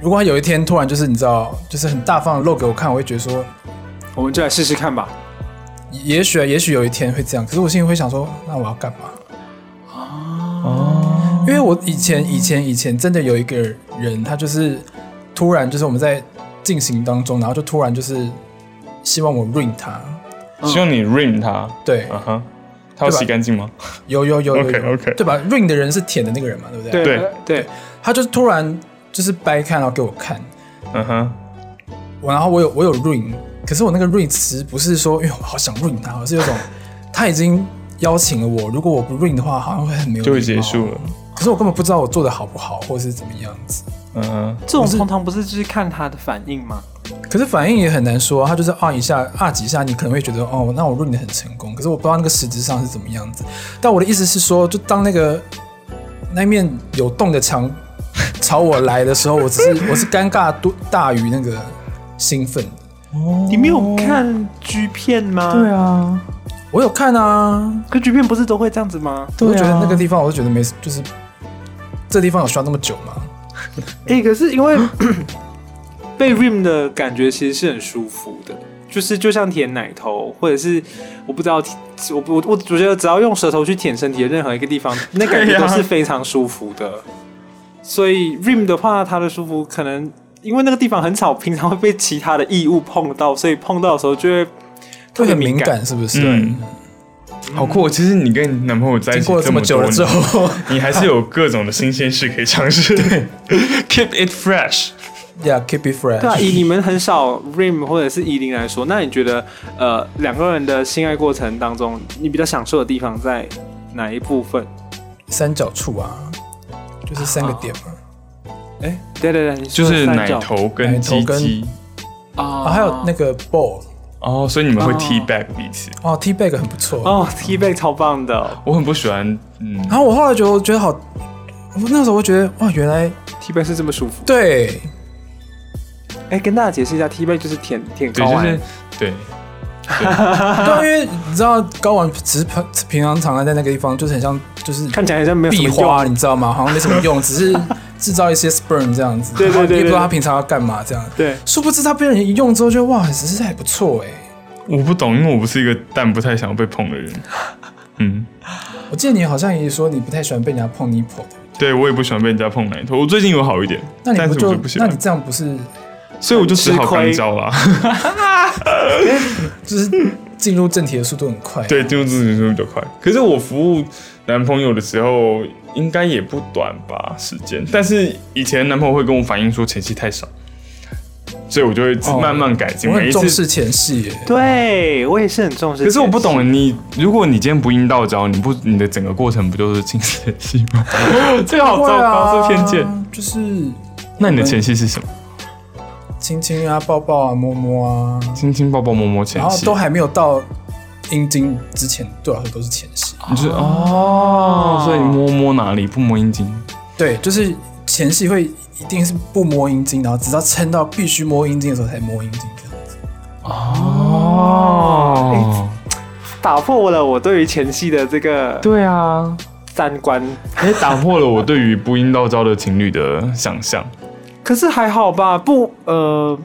Speaker 3: 如果他有一天突然就是你知道，就是很大方的露给我看，我会觉得说，
Speaker 1: 我们就来试试看吧。
Speaker 3: 也许啊也许有一天会这样，可是我心里会想说，那我要干嘛？哦，因为我以前以前以前真的有一个人，他就是突然就是我们在进行当中，然后就突然就是希望我 ring 他，
Speaker 2: 希望你 rim 它，
Speaker 3: 对，
Speaker 2: 啊哈，它有洗干净吗？
Speaker 3: 有有有有有
Speaker 2: OK，OK
Speaker 3: 对吧？ring 的人是舔的那个人嘛，对不对？
Speaker 1: 对
Speaker 2: 对
Speaker 1: 对，
Speaker 3: 他就是突然就是掰开然后给我看，
Speaker 2: 嗯哼，
Speaker 3: 我然后我有我有 ring，可是我那个 ring 词不是说因为我好想 ring 他，而是有种他已经邀请了我，如果我不 ring 的话，好像会很没有
Speaker 2: 就会
Speaker 3: 礼
Speaker 2: 结
Speaker 3: 貌啊
Speaker 2: 束。了。
Speaker 3: 可是我根本不知道我做的好不好，或是怎么样子。
Speaker 2: 嗯哼，
Speaker 1: 这种通常不是就是看他的反应吗？
Speaker 3: 可是反应也很难说啊，他就是啊一下啊几下，你可能会觉得哦，那我 ring 的很成功，可是我不知道那个实质上是怎么样子。但我的意思是说，就当那个那面有洞的墙 朝我来的时候，我只是我是尴尬多大于那个兴奋的。
Speaker 2: 哦
Speaker 1: 你没有看 G 片吗？
Speaker 4: 对，啊，
Speaker 3: 我有看啊，
Speaker 1: 可 G 片不是都会这样子吗？
Speaker 4: 对啊
Speaker 3: 我就觉得那个地方，我就觉得没，就是这地方有需要那么久吗？
Speaker 1: 哎，可是因为 被 rim 的感觉其实是很舒服的，就是就像舔奶头，或者是我不知道，我我我觉得只要用舌头去舔身体的任何一个地方，那感觉都是非常舒服的。所以 rim 的话，它的舒服可能因为那个地方很少，平常会被其他的异物碰到，所以碰到的时候就会特
Speaker 3: 会
Speaker 1: 别
Speaker 3: 很敏
Speaker 1: 敏感。
Speaker 3: 感，是不是？
Speaker 2: 嗯好酷哦！其实你跟你男朋友在一
Speaker 3: 经
Speaker 2: 起
Speaker 3: 过了这么久
Speaker 2: 多
Speaker 3: 了之
Speaker 2: 年，
Speaker 3: 后，
Speaker 2: 你还是有各种的新鲜事可以尝试。Keep it fresh。
Speaker 3: ，Yeah，keep it fresh。
Speaker 1: 对啊，以你们很少 rim 或者是依林来说，那你觉得呃两个人的性爱过程当中，你比较享受的地方在哪一部分？
Speaker 3: 三角处啊，就是三个点嘛。
Speaker 1: 哎，对对对，你
Speaker 2: 就
Speaker 1: 说
Speaker 2: 是
Speaker 1: 的三
Speaker 2: 奶
Speaker 1: 角
Speaker 2: 头跟鸡
Speaker 3: 奶头跟
Speaker 2: 鸡
Speaker 1: 啊
Speaker 3: 啊，还有那个 ball，
Speaker 2: 哦，所以你们会
Speaker 1: 哦
Speaker 2: T back 彼此。
Speaker 3: 哦，T bag 很不错。
Speaker 1: 哦 T back 超棒的哦
Speaker 2: 我很不喜欢，嗯，
Speaker 3: 然后我后来觉得，我觉得好，我那时候我觉得哇，原来
Speaker 1: ，T back 是这么舒服。
Speaker 3: 对，
Speaker 1: 哎，跟大家解释一下，T back 就是舔舔
Speaker 2: 对，
Speaker 1: 睾
Speaker 2: 就
Speaker 1: 丸，
Speaker 2: 是对，
Speaker 1: 啊
Speaker 3: 对，啊因为你知道睾丸只是平平常常在那个地方，就是很像就是
Speaker 1: 看起来好像没有什
Speaker 3: 壁
Speaker 1: 么
Speaker 3: 花，
Speaker 1: 用。
Speaker 3: 你知道吗？好像没什么 用，只是制造一些 sperm 这样子。
Speaker 1: 对对对
Speaker 3: 然后你也不知道
Speaker 1: 对
Speaker 3: 他平常要干嘛这样。
Speaker 1: 对，
Speaker 3: 殊不知他被人一用之后就，哇，只是还不错哎、
Speaker 2: 我不懂，因为我不是一个但不太想要被碰的人。嗯，
Speaker 3: 我记得你好像也说你不太喜欢被人家碰 nipple 的，
Speaker 2: 对我也不喜欢被人家碰奶头。我最近有好一点，
Speaker 3: 那你
Speaker 2: 但
Speaker 3: 不
Speaker 2: 是
Speaker 3: 就
Speaker 2: 我就不喜
Speaker 3: 那
Speaker 2: 欢
Speaker 3: 你，这样不是
Speaker 2: 所以我就只好
Speaker 1: 吃亏
Speaker 2: 干胶啦。
Speaker 3: 就是进入正题的速度很快？
Speaker 2: 对，进入自己速度比较快。可是我服务男朋友的时候，应该也不短吧时间。但是以前男朋友会跟我反映说前戏太少，所以我就会自
Speaker 3: 哦
Speaker 2: 慢慢改进。
Speaker 3: 我
Speaker 2: 每
Speaker 3: 很
Speaker 2: 一
Speaker 3: 重
Speaker 2: 次
Speaker 3: 视前戏耶，
Speaker 1: 对我也是很重视。
Speaker 2: 可是我不，懂你，如果你今天不阴道交，你不你的整个过程不就是清前戏吗？这个好糟
Speaker 3: 啊
Speaker 2: 糕，是偏见。，
Speaker 3: 就是
Speaker 2: 那你的前戏是什么？
Speaker 3: 亲亲啊、抱抱啊、摸摸啊，
Speaker 2: 亲亲抱抱摸摸前
Speaker 3: 然后
Speaker 2: 戏
Speaker 3: 哦都，还没有到阴茎之前，对我来说都是前戏。
Speaker 2: 你就是哦，所以你摸摸哪里不摸阴茎？
Speaker 3: 对，就是前戏会一定是不摸阴茎，然后直到撑到必须摸阴茎的时候才摸阴茎这样子。
Speaker 2: 哦，
Speaker 1: 打破了我对于前戏的这个
Speaker 2: 对啊，
Speaker 1: 三观。
Speaker 2: 也打破了我对于不阴道交的情侣的想象。
Speaker 1: 可是还好吧，不呃。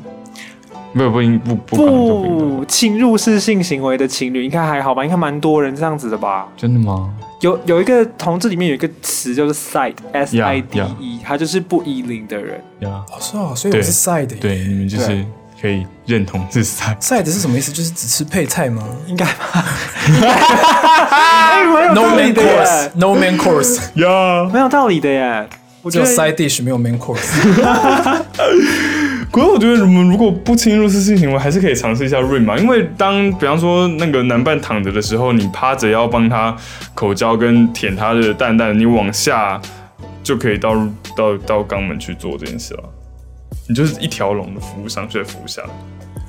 Speaker 2: 没有不阴不不管就不阴道，
Speaker 1: 不侵入式性行为的情侣，应该还好吧？应该蛮多人这样子的吧？
Speaker 2: 真的吗？
Speaker 1: 有有一个同志里面有一个词就是 side s i d
Speaker 2: Yeah,
Speaker 1: e，他就是不依零的人。
Speaker 2: 呀，
Speaker 3: 哦，是哦，所以我是 side 耶
Speaker 2: 对，你们就是
Speaker 1: 对
Speaker 2: 可以认同这三
Speaker 3: side 是什么意思？就是只吃配菜吗
Speaker 1: 应该吧？哎没有
Speaker 3: ？No
Speaker 1: 道理
Speaker 3: main
Speaker 1: 的耶，
Speaker 3: course，No main course，
Speaker 2: 呀。
Speaker 1: 没有道理的耶。我
Speaker 3: 只
Speaker 1: 觉
Speaker 3: 有
Speaker 1: 得
Speaker 3: side dish 没有 main course。
Speaker 2: 可是我觉得我们如果不侵入私性行为，还是可以尝试一下润嘛。因为当比方说那个男伴躺着的时候，你趴着要帮他口交跟舔他的蛋蛋，你往下就可以到到到肛门去做这件事了。你就是一条龙的服务上去服务下来，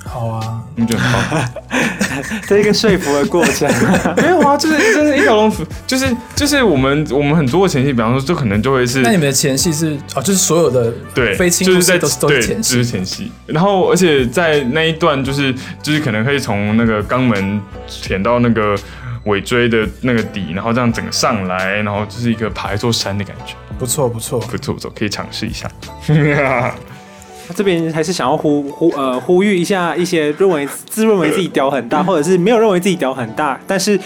Speaker 3: 好啊，
Speaker 2: 你觉得很棒？
Speaker 1: 这一个说服的过程，
Speaker 2: 没有啊，就是真的，一条龙服，就是就是我们我们很多的前戏，比方说，就可能就会是
Speaker 3: 那你们的前戏是哦，就是所有的
Speaker 2: 对，
Speaker 3: 非侵
Speaker 2: 就
Speaker 3: 入
Speaker 2: 是
Speaker 3: 式
Speaker 2: 在
Speaker 3: 都是都是
Speaker 2: 对
Speaker 3: 前
Speaker 2: 就
Speaker 3: 戏
Speaker 2: 是前戏。然后，而且在那一段，就是就是可能可以从那个肛门舔到那个尾椎的那个底，然后这样整个上来，然后就是一个爬一座山的感觉，
Speaker 3: 不错不错。
Speaker 2: 不错不错，可以尝试一下。
Speaker 1: 这边还是想要呼呼呃呼吁一下一些认为自认为自己屌很大，或者是没有认为自己屌很大，但是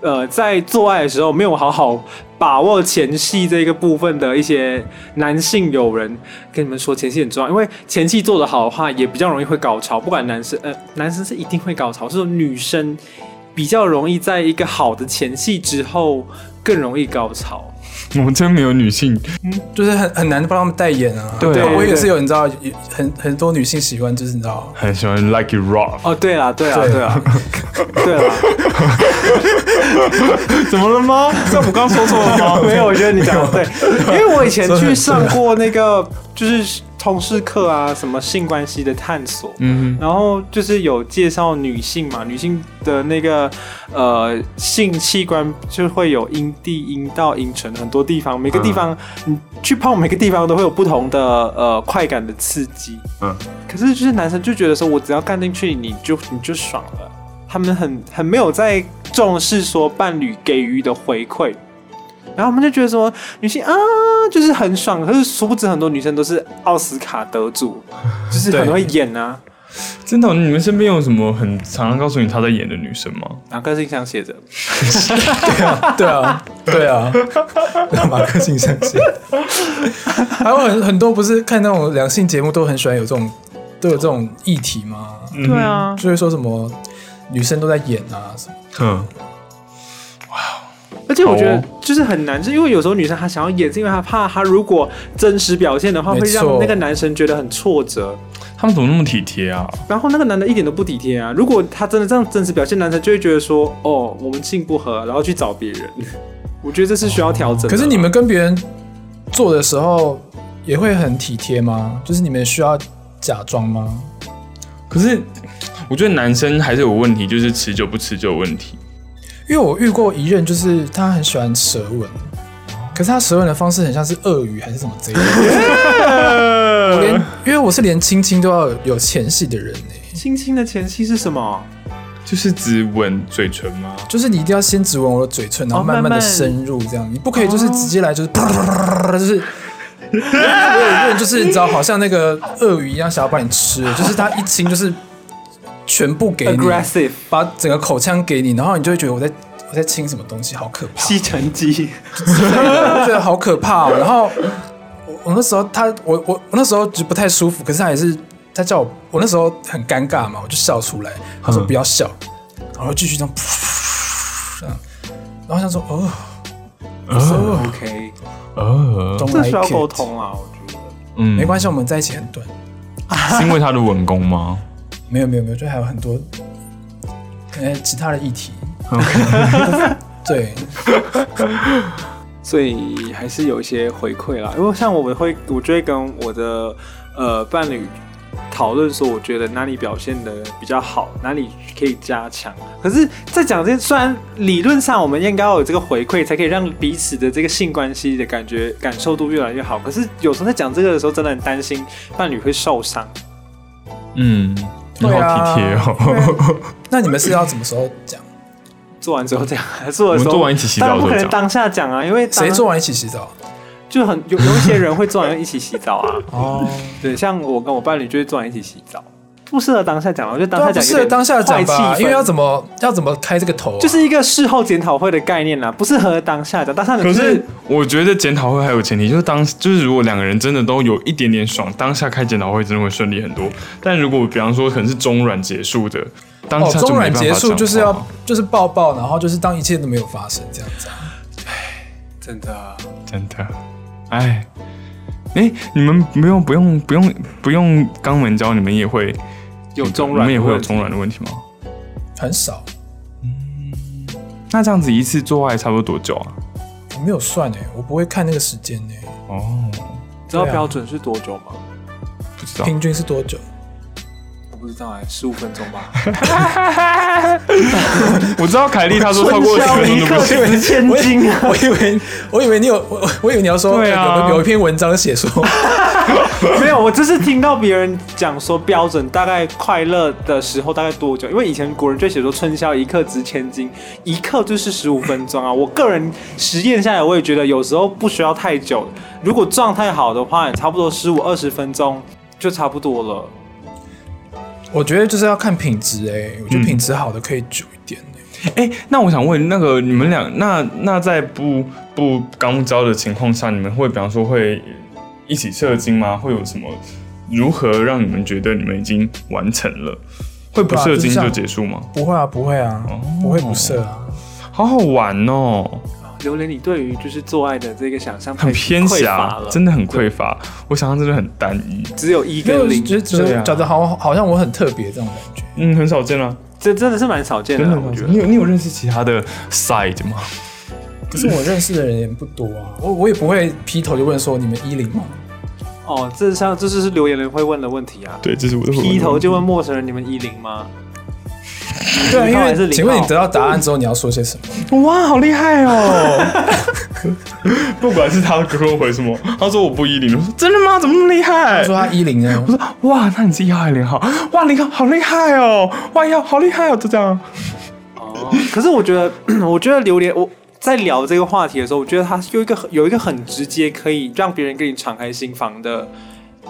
Speaker 1: 呃在做爱的时候没有好好把握前戏这个部分的一些男性友人，跟你们说前戏很重要，因为前戏做得好的话，也比较容易会高潮，不管男生呃男生是一定会高潮，是说女生比较容易在一个好的前戏之后更容易高潮。
Speaker 2: 我们真没有女性，
Speaker 3: 就是很很难帮他们代言啊。
Speaker 2: 对
Speaker 3: 但
Speaker 1: 对
Speaker 3: 我也是
Speaker 1: 对
Speaker 3: 有你知道，有很很多女性喜欢，就是你知道，
Speaker 2: 很喜欢 like it raw，
Speaker 1: 哦，对啦，对啦，
Speaker 3: 啊对
Speaker 1: 对啦，对啊啦。
Speaker 2: 怎么了吗？这我刚说错了吗？
Speaker 1: 没有，我觉得你讲的对，因 为我以前去上过那个就是通识课啊，什么性关系的探索，
Speaker 2: 嗯
Speaker 1: 然后就是有介绍女性嘛，女性的那个呃性器官就会有阴蒂、阴道、阴唇很多地方，每个地方、
Speaker 2: 嗯
Speaker 1: 你去碰每个地方都会有不同的呃快感的刺激。
Speaker 2: 嗯，
Speaker 1: 可是就是男生就觉得说，我只要干进去，你就你就爽了。他们很很没有在重视说伴侣给予的回馈，然后我们就觉得说女性啊就是很爽，可是殊不知很多女生都是奥斯卡得主，就是很
Speaker 3: 对
Speaker 1: 会演啊。
Speaker 2: 真的哦，你们身边有什么很常常告诉你她在演的女生吗？
Speaker 1: 马克信箱写着，
Speaker 3: 对啊，对啊， 马克信相信。 还有很很多不是看那种两性节目，都很喜欢有这种都有这种议题嘛，
Speaker 2: 对
Speaker 1: 啊，
Speaker 3: 就会说什么女生都在演啊什么。
Speaker 2: 嗯，
Speaker 1: 而且我觉
Speaker 2: 好
Speaker 1: 得
Speaker 2: 哦
Speaker 1: 就是很难，是因为有时候女生她想要演，是因为她怕她如果真实表现的话，
Speaker 3: 没
Speaker 1: 会让
Speaker 3: 错
Speaker 1: 那个男生觉得很挫折，
Speaker 2: 他们怎么那么体贴啊？
Speaker 1: 然后那个男的一点都不体贴啊。如果他真的这样真实表现，男生就会觉得说，哦，我们性不合，然后去找别人。我觉得这是需要调整的。啊
Speaker 3: 可是你们跟别人做的时候，也会很体贴吗？就是你们需要假装吗？
Speaker 2: 可是我觉得男生还是有问题，就是持久不持久的问题。
Speaker 3: 因为我遇过一任，就是他很喜欢舌吻，可是他舌吻的方式很像是鳄鱼还是什么贼。我连因为我是连亲亲都要有前戏的人欸呢、
Speaker 1: 亲亲的前戏是什么？
Speaker 2: 就是只吻嘴唇吗？
Speaker 3: 就是你一定要先指吻我的嘴唇，然后
Speaker 1: 哦
Speaker 3: 慢慢
Speaker 1: 慢
Speaker 3: 的
Speaker 1: 慢
Speaker 3: 深入，这样你不可以就是直接来就是啪啪啪啪啪，就是。我有一个人就是你知道，好像那个鳄鱼一样想要把你吃了，就是他一亲就是全部给你
Speaker 1: aggressive
Speaker 3: 把整个口腔给你，然后你就会觉得我在我在亲什么东西，好可怕。
Speaker 1: 吸尘机，
Speaker 3: 我觉得好可怕、哦。然后我我那时候他我我我那时候就不太舒服，可是他也是他叫我，我那时候很尴尬嘛，我就笑出来。他说不要笑，然后继续这样，噗这样，然后我想说哦哦
Speaker 1: OK，
Speaker 2: 呃，
Speaker 3: ，don't
Speaker 1: 这需
Speaker 3: like
Speaker 1: 要
Speaker 3: it，
Speaker 1: 沟通啊，我觉得。
Speaker 2: 嗯
Speaker 3: 没关系，我们在一起很短。
Speaker 2: 系，是因为他的吻功吗？
Speaker 3: 没有没有没有，就还有很多可能其他的议题。 对，
Speaker 1: 所以还是有一些回馈啦。因为像我们会，我就会跟我的呃伴侣讨论说，我觉得哪里表现的比较好，哪里可以加强。可是，在讲这，虽然理论上我们应该要有这个回馈，才可以让彼此的这个性关系的感觉感受度越来越好。可是有时候在讲这个的时候，真的很担心伴侣会受伤。
Speaker 2: 嗯，你
Speaker 3: 对
Speaker 2: 好
Speaker 3: 啊
Speaker 2: 体贴哦。
Speaker 3: 那你们是要什么时候讲？
Speaker 1: 做完之后这样，做
Speaker 2: 我
Speaker 1: 的时
Speaker 2: 们
Speaker 1: 候
Speaker 2: 做完一起洗
Speaker 1: 当
Speaker 2: 澡
Speaker 1: 然
Speaker 2: 的
Speaker 1: 不
Speaker 2: 时
Speaker 1: 可
Speaker 2: 候
Speaker 1: 能
Speaker 2: 讲，
Speaker 1: 当下讲啊，因为当
Speaker 3: 谁做完一起洗澡？
Speaker 1: 就很有有一些人会做完一起洗澡啊。
Speaker 3: 哦，
Speaker 1: 对，像我跟我伴侣就会做完一起洗澡。不适合当下讲，我觉得当
Speaker 3: 对啊，
Speaker 1: 下讲
Speaker 3: 不
Speaker 1: 有
Speaker 3: 适合
Speaker 1: 点
Speaker 3: 当下
Speaker 1: 坏
Speaker 3: 讲
Speaker 1: 气
Speaker 3: 吧，
Speaker 1: 氛
Speaker 3: 因为要怎么要怎么开这个头啊、
Speaker 1: 就是一个事后检讨会的概念啦，不适合当下讲，当下讲
Speaker 2: 可
Speaker 1: 就是
Speaker 2: 我觉得检讨会还有前提，就是当就是如果两个人真的都有一点点爽，当下开检讨会真的会顺利很多。但如果比方说可能是中软结束的，当
Speaker 3: 哦，
Speaker 2: 下就
Speaker 3: 中
Speaker 2: 没办
Speaker 3: 软
Speaker 2: 法
Speaker 3: 结束
Speaker 2: 讲
Speaker 3: 就是
Speaker 2: 话
Speaker 3: 要就是抱抱，然后就是当一切都没有发生这样子啊、
Speaker 1: 真的
Speaker 2: 真的，哎，哎，你们不用不用不用不用肛门交，你们也会
Speaker 1: 有中
Speaker 2: 你
Speaker 1: 软，
Speaker 2: 们也会有中软的问题吗？
Speaker 3: 很少，
Speaker 2: 那这样子一次做爱差不多多久啊？
Speaker 3: 我没有算哎、我不会看那个时间哎、
Speaker 2: 哦，
Speaker 1: 知道
Speaker 3: 对啊
Speaker 1: 标准是多久吗？
Speaker 2: 不知道，
Speaker 3: 平均是多久？
Speaker 1: 嗯我不知道哎、十五分钟吧。
Speaker 2: 我知道凯莉她说超 过十分钟 都不行。
Speaker 1: 值千金啊！
Speaker 3: 我以为 我以为你有 我我我以为你要说哎
Speaker 2: 对啊
Speaker 3: 有有有一篇文章 写说
Speaker 1: 没有，我只是听到别人讲说标准大概快乐的时候大概多久，因为以前古人就写说春宵一刻值千金，一刻就是十五分钟啊。我个人实验下来，我也觉得有时候不需要太久，如果状态好的话，差不多十五二十分钟就差不多了。
Speaker 3: 我觉得就是要看品质哎、
Speaker 1: 嗯
Speaker 3: 我觉得品质好的可以久一点、欸
Speaker 2: 哎、那我想问，那个你们俩，那那在不不肛交的情况下，你们会比方说会一起射精吗？会有什么？如何让你们觉得你们已经完成了？会不
Speaker 3: 对啊
Speaker 2: 射
Speaker 3: 就是
Speaker 2: 精
Speaker 3: 像
Speaker 2: 就结束吗？
Speaker 3: 不会啊，不会啊，
Speaker 1: 哦
Speaker 3: 不会不射啊。
Speaker 2: 好好玩哦，
Speaker 1: 榴莲，你对于就是做爱的这个想象
Speaker 2: 很偏
Speaker 1: 匮
Speaker 2: 狭
Speaker 1: 乏了，，
Speaker 2: 真的很匮乏。我想象真的很单一，
Speaker 1: 只有一
Speaker 3: 因为
Speaker 1: 跟
Speaker 3: 我
Speaker 1: 零，
Speaker 3: 觉得觉
Speaker 2: 对啊
Speaker 3: 得觉得好好像我很特别这种感觉，
Speaker 2: 嗯，很少见啊，
Speaker 1: 这真的是蛮少见的
Speaker 2: 真
Speaker 1: 啊、
Speaker 2: 的很
Speaker 1: 我
Speaker 2: 少
Speaker 1: 觉得
Speaker 2: 见。你。有你有认识其他的 side 吗？
Speaker 3: 可是我认识的人也不多啊，我我也不会劈头就问说你们一零吗？
Speaker 1: 哦，这像这就是留言人会问的问题啊。
Speaker 2: 对，这是我的
Speaker 1: 劈头就问陌生人：“你们一零吗？”
Speaker 3: 对啊，因
Speaker 1: 还是
Speaker 3: 为
Speaker 1: 零
Speaker 3: 请问你
Speaker 1: 号
Speaker 3: 得到答案之后你要说些什么？
Speaker 2: 哇，好厉害哦！ 不管是他跟我回什么，他说我不一零，我说真的吗？怎么那么厉害
Speaker 3: 他？说他一零啊，
Speaker 2: 我说哇，那你是一号还是零号？哇，零号好厉害哦！哇，一号好厉害哦！就这样，
Speaker 1: 哦，可是我觉得， 我觉得榴莲，我在聊这个话题的时候，我觉得它有一个有一个很直接可以让别人跟你敞开心房的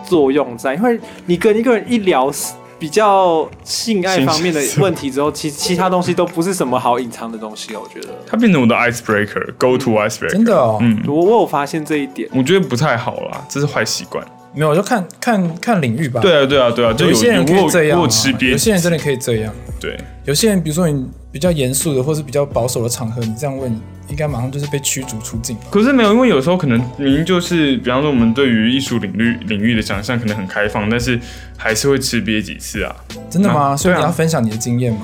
Speaker 1: 作用在，因为你跟一个人一聊比较性爱方面的问题之后，其其他东西都不是什么好隐藏的东西了。我觉得，
Speaker 2: 他变成我的 icebreaker，go to icebreaker。
Speaker 3: 真的哦，
Speaker 2: 嗯，
Speaker 1: 我我有发现这一点。
Speaker 2: 我觉得不太好啦，这是坏习惯。
Speaker 3: 没有，就看看看领域吧。，
Speaker 2: 对啊，对啊，对啊，就
Speaker 3: 啊有一些人可
Speaker 2: 我
Speaker 3: 以这样、
Speaker 2: 我
Speaker 3: 啊
Speaker 2: 有吃，瘪，
Speaker 3: 有些人真的可以这样。
Speaker 2: 对，
Speaker 3: 有些人，比如说你比较严肃的，或是比较保守的场合，你这样问，应该马上就是被驱逐出境吧。
Speaker 2: 可是没有，因为有时候可能明明就是，比方说我们对于艺术领域领域的想象可能很开放，但是还是会吃瘪几次啊。
Speaker 3: 真的吗？
Speaker 2: 啊
Speaker 3: 所以你
Speaker 2: 对啊
Speaker 3: 要分享你的经验吗？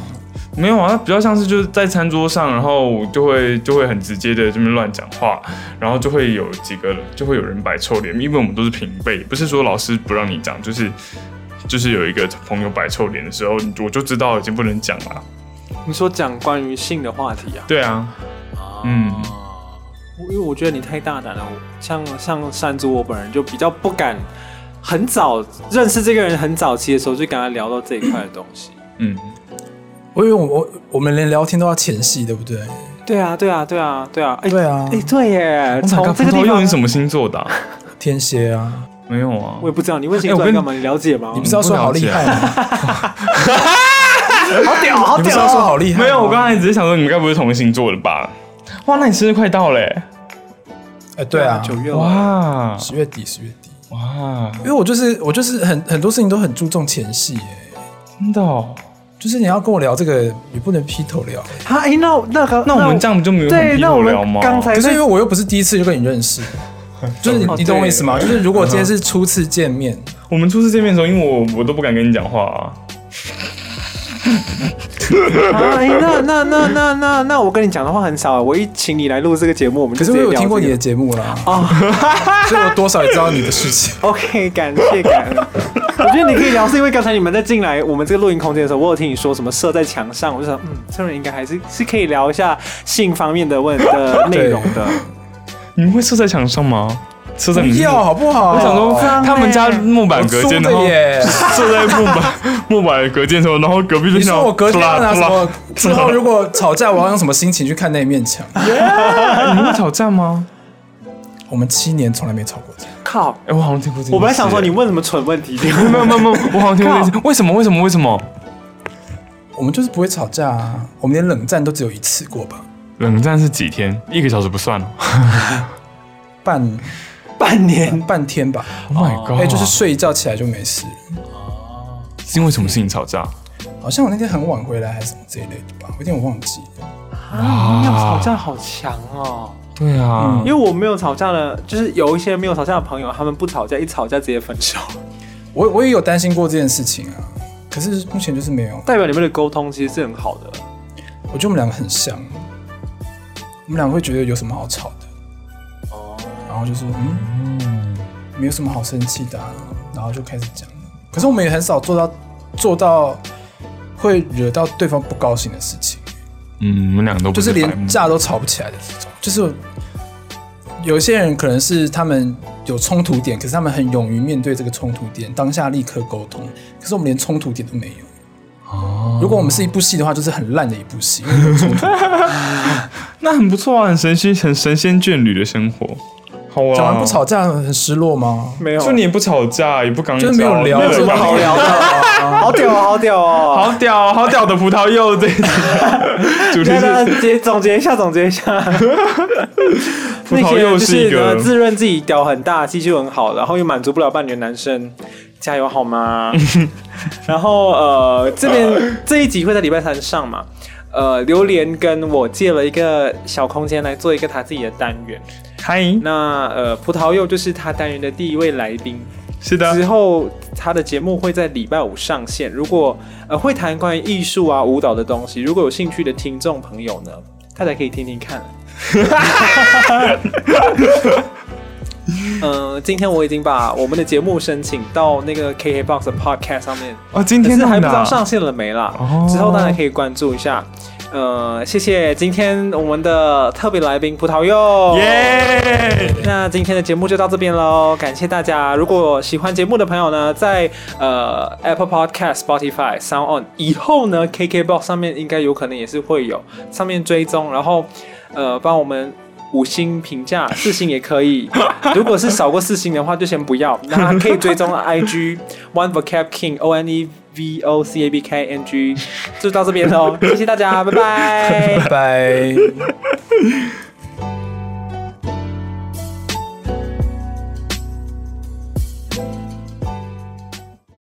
Speaker 2: 没有啊，它比较像是就是在餐桌上，然后我就会就会很直接的这边乱讲话，然后就会有几个就会有人摆臭脸，因为我们都是平辈，不是说老师不让你讲，就是就是有一个朋友摆臭脸的时候，我就知道已经不能讲了。
Speaker 1: 你说讲关于性的话题啊？
Speaker 2: 对啊，嗯
Speaker 1: 嗯，我哦因为我觉得你太大胆了，我像像山猪，我本人就比较不敢。很早认识这个人，很早期的时候就跟他聊到这一块的东西。
Speaker 2: 嗯，
Speaker 3: 我以为我我我们连聊天都要前戏，对不对？
Speaker 1: 对啊，对啊，对啊，对啊，哎、
Speaker 3: 对啊
Speaker 1: 哎、对耶，
Speaker 2: 哦我
Speaker 1: 从
Speaker 2: 靠，葡
Speaker 1: 这个地
Speaker 2: 萄柚
Speaker 1: 方
Speaker 2: 你，什么星座的啊、
Speaker 3: 天蝎啊，
Speaker 2: 没有啊
Speaker 1: 我，也不知道你问星
Speaker 2: 哎我
Speaker 1: 座来
Speaker 2: 跟
Speaker 1: 干嘛，你了解吗
Speaker 3: 你？不是要说好厉害吗？
Speaker 1: 好屌，好
Speaker 3: 你不是要说好厉害吗？
Speaker 2: 没有，我刚才只是想说你们该不会是同星座的吧？哇，那你生日快到嘞、欸
Speaker 3: 哎，对啊，
Speaker 1: 九月了，
Speaker 2: 哇
Speaker 3: 十月底，十月底，
Speaker 2: 哇，
Speaker 3: 因为我就是我就是很很多事情都很注重前戏，哎，
Speaker 2: 真的、哦？
Speaker 3: 就是你要跟我聊这个，也不能劈头聊。
Speaker 1: 啊，哎、那那个，
Speaker 2: 那我们这样就没有很
Speaker 1: 对，
Speaker 2: 低
Speaker 1: 那
Speaker 2: 头
Speaker 1: 我
Speaker 2: 聊
Speaker 1: 们
Speaker 2: 吗？
Speaker 1: 刚才
Speaker 3: 可是
Speaker 1: 哎那
Speaker 3: 因为我又不是第一次就跟你认识，就是你
Speaker 1: 哦
Speaker 3: 你懂我意思吗？就是如果今天是初次见面，
Speaker 2: 我们初次见面的时候，因为我我都不敢跟你讲话啊。
Speaker 1: 啊，哎、那那那那那那我跟你讲的话很少啊，我一请你来录这个节目，我们
Speaker 3: 可
Speaker 1: 就是直接
Speaker 3: 我有
Speaker 1: 聊
Speaker 3: 听过
Speaker 1: 这
Speaker 3: 你
Speaker 1: 个
Speaker 3: 的节目啦，
Speaker 1: 哦。
Speaker 3: 所以我多少也知道你的事情。
Speaker 1: OK，感谢感 恩。我觉得你可以聊，是因为刚才你们在进来我们这个录音空间的时候，我有听你说什么射在墙上，我就想，嗯，这人应该还是是可以聊一下性方面的问的内容的。
Speaker 2: 你们会射在墙上吗？射在
Speaker 3: 不
Speaker 2: 你们
Speaker 3: 要好不好？
Speaker 2: 我想说，
Speaker 1: 脏欸
Speaker 2: 他们家木板隔间，然
Speaker 3: 我租
Speaker 2: 后
Speaker 3: 的耶
Speaker 2: 射在木板 木板隔间的时候，然后隔壁就
Speaker 3: 你
Speaker 2: 听
Speaker 3: 说
Speaker 2: 到
Speaker 3: 我隔天要 拿什
Speaker 2: 啪啦
Speaker 3: 么？之后如果吵架，我要用什么心情去看那一面墙？
Speaker 2: 哎啪啦你们会吵架吗？
Speaker 3: 我们七年从来没吵过架，
Speaker 1: 靠！
Speaker 2: 哎、我好像听过这件事。
Speaker 1: 我本来想说你问什么蠢问题，
Speaker 2: 没有没有没有，我好像听过这件事。为什么为什么为什么？
Speaker 3: 我们就是不会吵架啊，我们连冷战都只有一次过吧，
Speaker 2: 冷战是几天？一个小时不算哦。
Speaker 3: 半
Speaker 1: 半年
Speaker 3: 半天吧，
Speaker 2: Oh my god！
Speaker 3: 哎、就是睡一觉起来就没事了。
Speaker 2: 是因为什么事情吵架？
Speaker 3: 好像我那天很晚回来还是什么这一类的吧，我有点忘记了。
Speaker 1: 啊，你们吵架好强哦。
Speaker 2: 对啊，
Speaker 1: 因为我没有吵架的，就是有一些没有吵架的朋友，他们不吵架，一吵架直接分手，
Speaker 3: 我我也有担心过这件事情啊，可是目前就是没有。
Speaker 1: 代表你们的沟通其实是很好的。
Speaker 3: 我觉得我们两个很像，我们两个会觉得有什么好吵的，
Speaker 1: 哦，
Speaker 3: 然后就说嗯，没有什么好生气的、啊，然后就开始讲了。可是我们也很少做到做到会惹到对方不高兴的事情，
Speaker 2: 嗯，我们两个都不
Speaker 3: 就是
Speaker 2: 白目
Speaker 3: 连架都吵不起来的那种。就是有些人可能是他们有冲突点，可是他们很勇于面对这个冲突点，当下立刻沟通。可是我们连冲突点都没有。
Speaker 2: 哦，
Speaker 3: 如果我们是一部戏的话，就是很烂的一部戏，因为没 有冲突点
Speaker 2: 那很不错啊，很神仙很神仙眷侣的生活，好啊。
Speaker 3: 讲完不，吵架很失落 吗？
Speaker 1: 没有，
Speaker 2: 就你也不吵架，也不刚，
Speaker 3: 就是没有聊，
Speaker 2: 没有
Speaker 1: 什么好 聊的，好屌哦，好屌哦！
Speaker 2: 好屌啊好屌的葡萄柚这一集 主题
Speaker 1: 那那
Speaker 2: 是
Speaker 1: 结总结一下，总 结一下，
Speaker 2: 葡
Speaker 1: 那
Speaker 2: 萄
Speaker 1: 些
Speaker 2: 柚
Speaker 1: 就是
Speaker 2: 一
Speaker 1: 呢
Speaker 2: 个
Speaker 1: 自认自己屌很大，技术很好，然后又满足不了伴侣的男生，加油好 吗？然后呃，这边这一集会在礼拜三上嘛？呃，榴莲跟我借了一个小空间来做一个他自己的单元。
Speaker 2: 嗨，
Speaker 1: 那呃，葡萄柚就是他单元的第一位来宾，
Speaker 2: 是的
Speaker 1: 之，后他的节目会在礼拜五上线。如果呃会谈关于艺术啊、舞蹈的东西，如果有兴趣的听众朋友呢，大家可以听听 看。呃，今天我已经把我们的节目申请到那个 KKBOX 的 Podcast 上面，
Speaker 2: 哦，今
Speaker 1: 可
Speaker 2: 天
Speaker 1: 是
Speaker 2: 弄
Speaker 1: 还不
Speaker 2: 的
Speaker 1: 知道
Speaker 2: 啊
Speaker 1: 上线了没啦。
Speaker 2: 哦
Speaker 1: 之后大家可以关注一下。呃，谢谢今天我们的特别来宾葡萄柚，
Speaker 2: 耶，
Speaker 1: 那今天的节目就到这边喽，感谢大家。如果喜欢节目的朋友呢，在呃 Apple Podcast、Spotify、Sound On 以后呢，KKBox 上面应该有可能也是会有上面追踪，然后呃帮我们。五星评价，四星也可 以。如果是少过四星的话，就先不要。那可以追踪 IG One Vocab King O N E V O C A B K I N G，就到这边喽，谢谢大家，拜 拜。
Speaker 3: 拜拜。